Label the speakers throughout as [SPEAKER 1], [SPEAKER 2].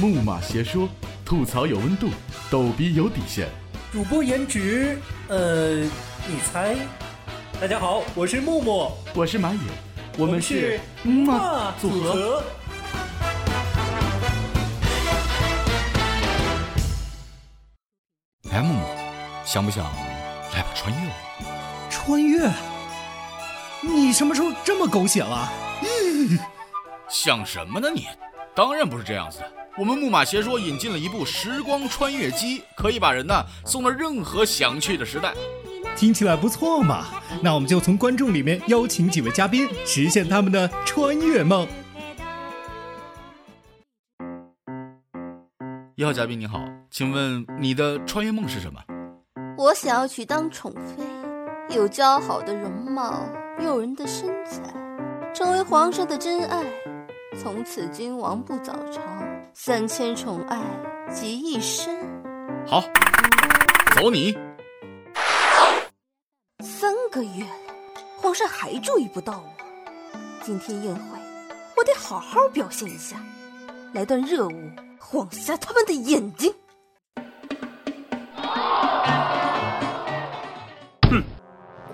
[SPEAKER 1] 木马邪说，吐槽有温度，逗逼有底线。
[SPEAKER 2] 主播颜值，呃，你猜？大家好，我是木木，
[SPEAKER 1] 我是蚂蚁，我
[SPEAKER 2] 我
[SPEAKER 1] 们
[SPEAKER 2] 们是
[SPEAKER 1] 是木马
[SPEAKER 2] 啊
[SPEAKER 1] 组合。。
[SPEAKER 3] 哎，木木，想不想来把穿越？
[SPEAKER 4] 穿越？你什么时候这么狗血了？
[SPEAKER 3] 想什么呢你？当然不是这样子的。我们木马邪说引进了一部时光穿越机，可以把人呢送到任何想去的时代。
[SPEAKER 4] 听起来不错嘛。那我们就从观众里面邀请几位嘉宾，实现他们的穿越梦。
[SPEAKER 3] 一号嘉宾你好，请问你的穿越梦是什么？
[SPEAKER 5] 我想要去当宠妃，有姣好的容貌，诱人的身材，成为皇上的真爱。从此君王不早朝，三千宠爱集一身。
[SPEAKER 3] 好，走你。
[SPEAKER 5] 三个月了，皇上还注意不到我。今天宴会，我得好好表现一下，来段热舞，晃瞎他们的眼睛。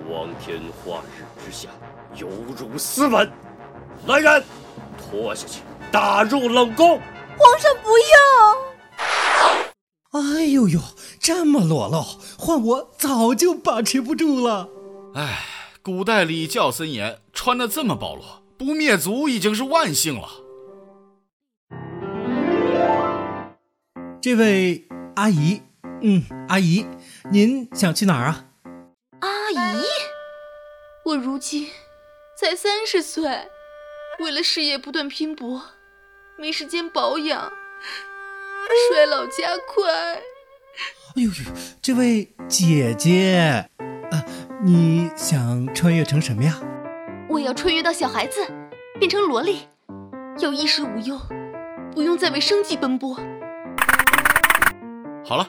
[SPEAKER 6] 光天化日之下，犹如斯文。来人，拖下去，打入冷宫。
[SPEAKER 5] 皇上不要！
[SPEAKER 4] 哎呦呦，这么裸露，换我早就把持不住了。
[SPEAKER 3] 哎，古代礼教森严，穿的这么暴露，不灭族已经是万幸了。
[SPEAKER 4] 这位阿姨，嗯，阿姨，您想去哪儿啊？
[SPEAKER 7] 阿姨，我如今才三十岁，为了事业不断拼搏，没时间保养，衰老加快。
[SPEAKER 4] 哎呦呦，这位姐姐，啊，你想穿越成什么呀？
[SPEAKER 7] 我要穿越到小孩子，变成萝莉，要衣食无忧，不用再为生计奔波。
[SPEAKER 3] 好了，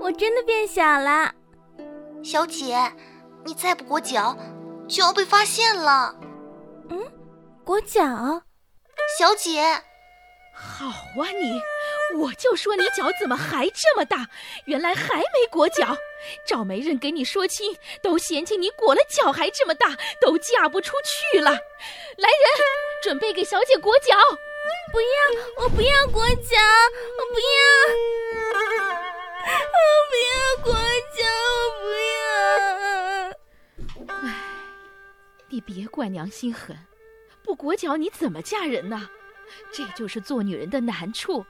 [SPEAKER 8] 我真的变小了。
[SPEAKER 5] 小姐，你再不裹脚，就要被发现了。
[SPEAKER 8] 嗯裹脚？
[SPEAKER 5] 小姐。
[SPEAKER 8] 好啊你！我就说你脚怎么还这么大，原来还没裹脚。找媒人给你说亲，都嫌弃你裹了脚还这么大，都嫁不出去了。来人，准备给小姐裹脚。不要，我不要裹脚，我不要，我不要裹脚，我不要。你别怪娘心狠，不裹脚你怎么嫁人呢？这就是做女人的难处，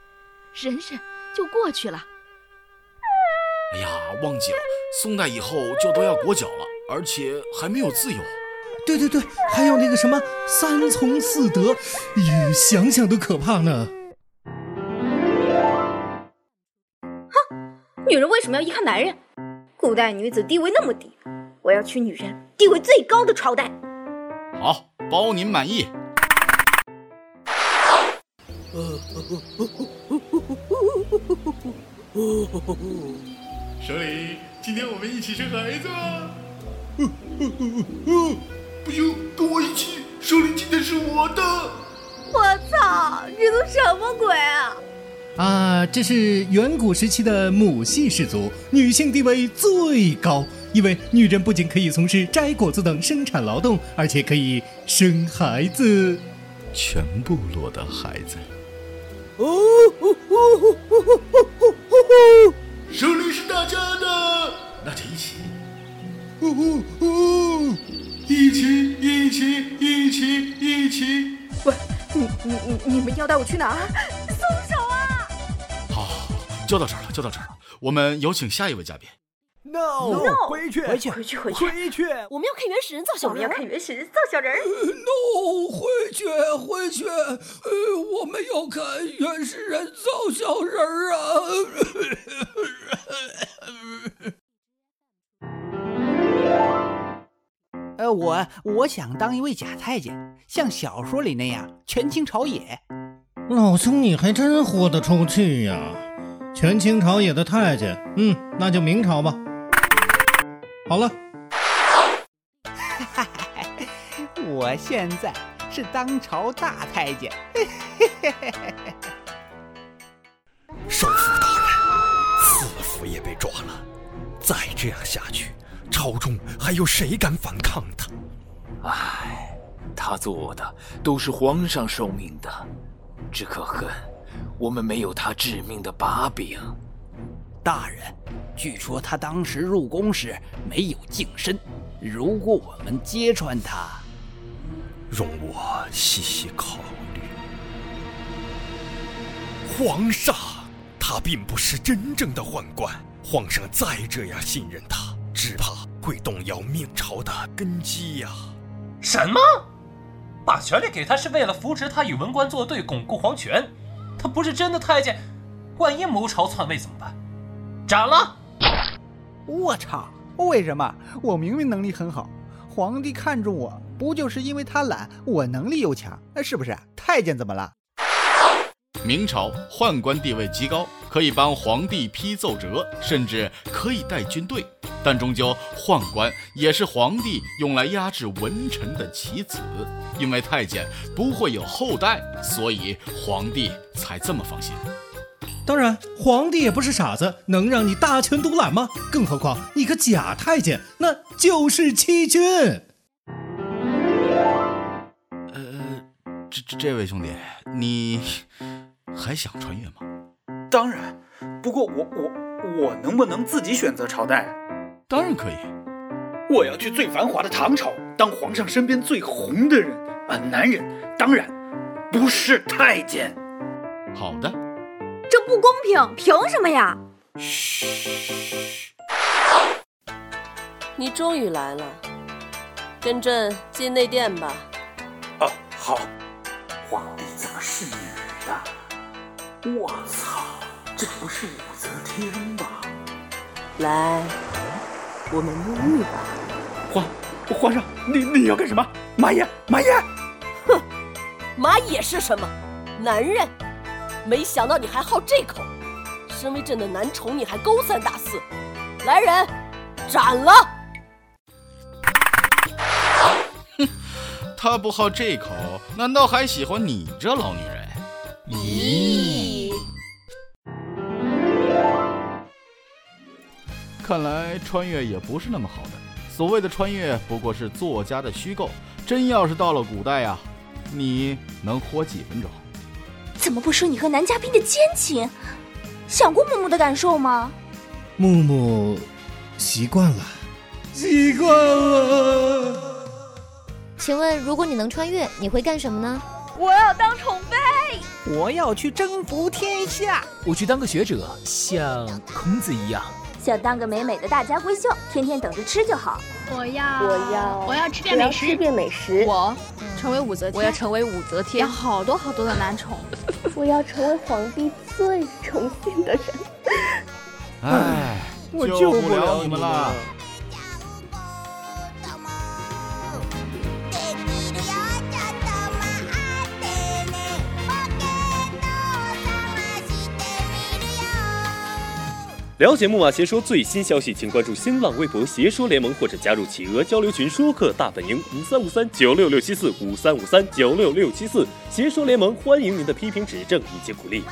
[SPEAKER 8] 忍忍就过去了。
[SPEAKER 3] 哎呀，忘记了，宋代以后就都要裹脚了，而且还没有自由。
[SPEAKER 4] 对对对，还有那个什么三从四德，咦，想想都可怕呢。
[SPEAKER 9] 女人为什么要依靠男人？古代女子地位那么低，我要去女人地位最高的朝代。
[SPEAKER 3] 好，包您满意。
[SPEAKER 1] 首领，今天我们一起生孩子吧。
[SPEAKER 3] 呃不行，跟我一起，首领今天是我的。
[SPEAKER 9] 我操，这都什么鬼啊！
[SPEAKER 4] 啊，这是远古时期的母系氏族，女性地位最高，因为女人不仅可以从事摘果子等生产劳动，而且可以生孩子。
[SPEAKER 1] 全部落的孩子。
[SPEAKER 3] 首领是大家的，那就一起，
[SPEAKER 4] 呜呜呜！
[SPEAKER 3] 一起，一起，一起，一起。
[SPEAKER 9] 你你你你们要带我去哪儿？啊
[SPEAKER 3] 好，就到这儿了，就到这儿了。我们有请下一位嘉宾。
[SPEAKER 10] No，, 回去，回去，
[SPEAKER 9] 回去回去！
[SPEAKER 10] 回去
[SPEAKER 8] 我们要看原始人造
[SPEAKER 9] 我们要看原始人造小人儿。
[SPEAKER 4] 哦，回去，回去！呃，我们要看原始人造小人儿啊！
[SPEAKER 10] 呃，我我想当一位假太监，像小说里那样权倾朝野。
[SPEAKER 4] 老兄，你还真豁得出去呀、全清朝野的太监，嗯，那就明朝吧。好了，
[SPEAKER 10] 我现在是当朝大太监。
[SPEAKER 11] 首府大人，四府也被抓了。再这样下去，朝中还有谁敢反抗他？
[SPEAKER 12] 唉，他做的都是皇上授命的，只可恨我们没有他致命的把柄。
[SPEAKER 10] 大人，据说他当时入宫时没有净身，如果我们揭穿他，
[SPEAKER 11] 容
[SPEAKER 6] 啊
[SPEAKER 11] 我细细考虑。皇上，他并不是真正的宦官，皇上再这样信任他，只怕会动摇明朝的根基呀、
[SPEAKER 13] 什么？把权力给他是为了扶持他与文官作对，巩固皇权。他不是真的太监，万一谋朝篡位怎么办？斩了！
[SPEAKER 10] 我操！为什么？我明明能力很好，皇帝看中我，不就是因为他懒，我能力又强，那是不是？太监怎么了？
[SPEAKER 3] 明朝宦官地位极高，可以帮皇帝批奏折，甚至可以带军队，但终究宦官也是皇帝用来压制文臣的棋子。因为太监不会有后代，所以皇帝才这么放心。
[SPEAKER 4] 当然，皇帝也不是傻子，能让你大权独揽吗？更何况你个假太监，那就是欺君。
[SPEAKER 3] 这这这位兄弟，你还想穿越吗？
[SPEAKER 14] 当然，不过我我我能不能自己选择朝代？啊
[SPEAKER 3] 当然可以。
[SPEAKER 14] 我要去最繁华的唐朝，当皇上身边最红的人啊、男人，当然不是太监。
[SPEAKER 3] 好的，
[SPEAKER 9] 这不公平，凭什么呀？
[SPEAKER 15] 你终于来了，跟朕进内殿吧。
[SPEAKER 14] 啊，好。皇帝怎么是女的？我操，这不是武则天吧？
[SPEAKER 15] 来，我们沐浴吧。
[SPEAKER 14] 皇皇上，你你要干什么？马爷，马爷！
[SPEAKER 15] 哼，马也是什么？男人！没想到你还好这口，身为朕的男宠，你还勾三搭四。来人，斩了！
[SPEAKER 3] 他不好这口，难道还喜欢你这老女人？咦！看来穿越也不是那么好的。所谓的穿越不过是作家的虚构，真要是到了古代呀、啊你能活几分钟？
[SPEAKER 9] 怎么不说你和男嘉宾的奸情？想过木木的感受吗？
[SPEAKER 4] 木木习惯了，习惯了。
[SPEAKER 16] 请问，如果你能穿越，你会干什么呢？
[SPEAKER 8] 我要当宠妃。
[SPEAKER 10] 我要去征服天下。
[SPEAKER 12] 我去当个学者，像孔子一样。
[SPEAKER 9] 想当个美美的大家闺秀，天天等着吃就好。
[SPEAKER 17] 我要，
[SPEAKER 9] 我要
[SPEAKER 17] 我要吃遍美食
[SPEAKER 9] 我要吃遍美食。
[SPEAKER 18] 我成为武则天，
[SPEAKER 19] 我要成为武则天，
[SPEAKER 18] 有好多好多的男宠。
[SPEAKER 17] 我要成为皇帝最宠幸的人。
[SPEAKER 3] 唉，
[SPEAKER 10] 我
[SPEAKER 3] 救
[SPEAKER 10] 不
[SPEAKER 3] 了
[SPEAKER 10] 了
[SPEAKER 3] 你
[SPEAKER 10] 你
[SPEAKER 3] 们
[SPEAKER 10] 们
[SPEAKER 3] 了
[SPEAKER 10] 了。
[SPEAKER 20] 了解木马邪说最新消息，请关注新浪微博“邪说联盟”或者加入企鹅交流群“说客大本营”五三五三九六六七四五三五三九六六七四。邪说联盟欢迎您的批评指正以及鼓励。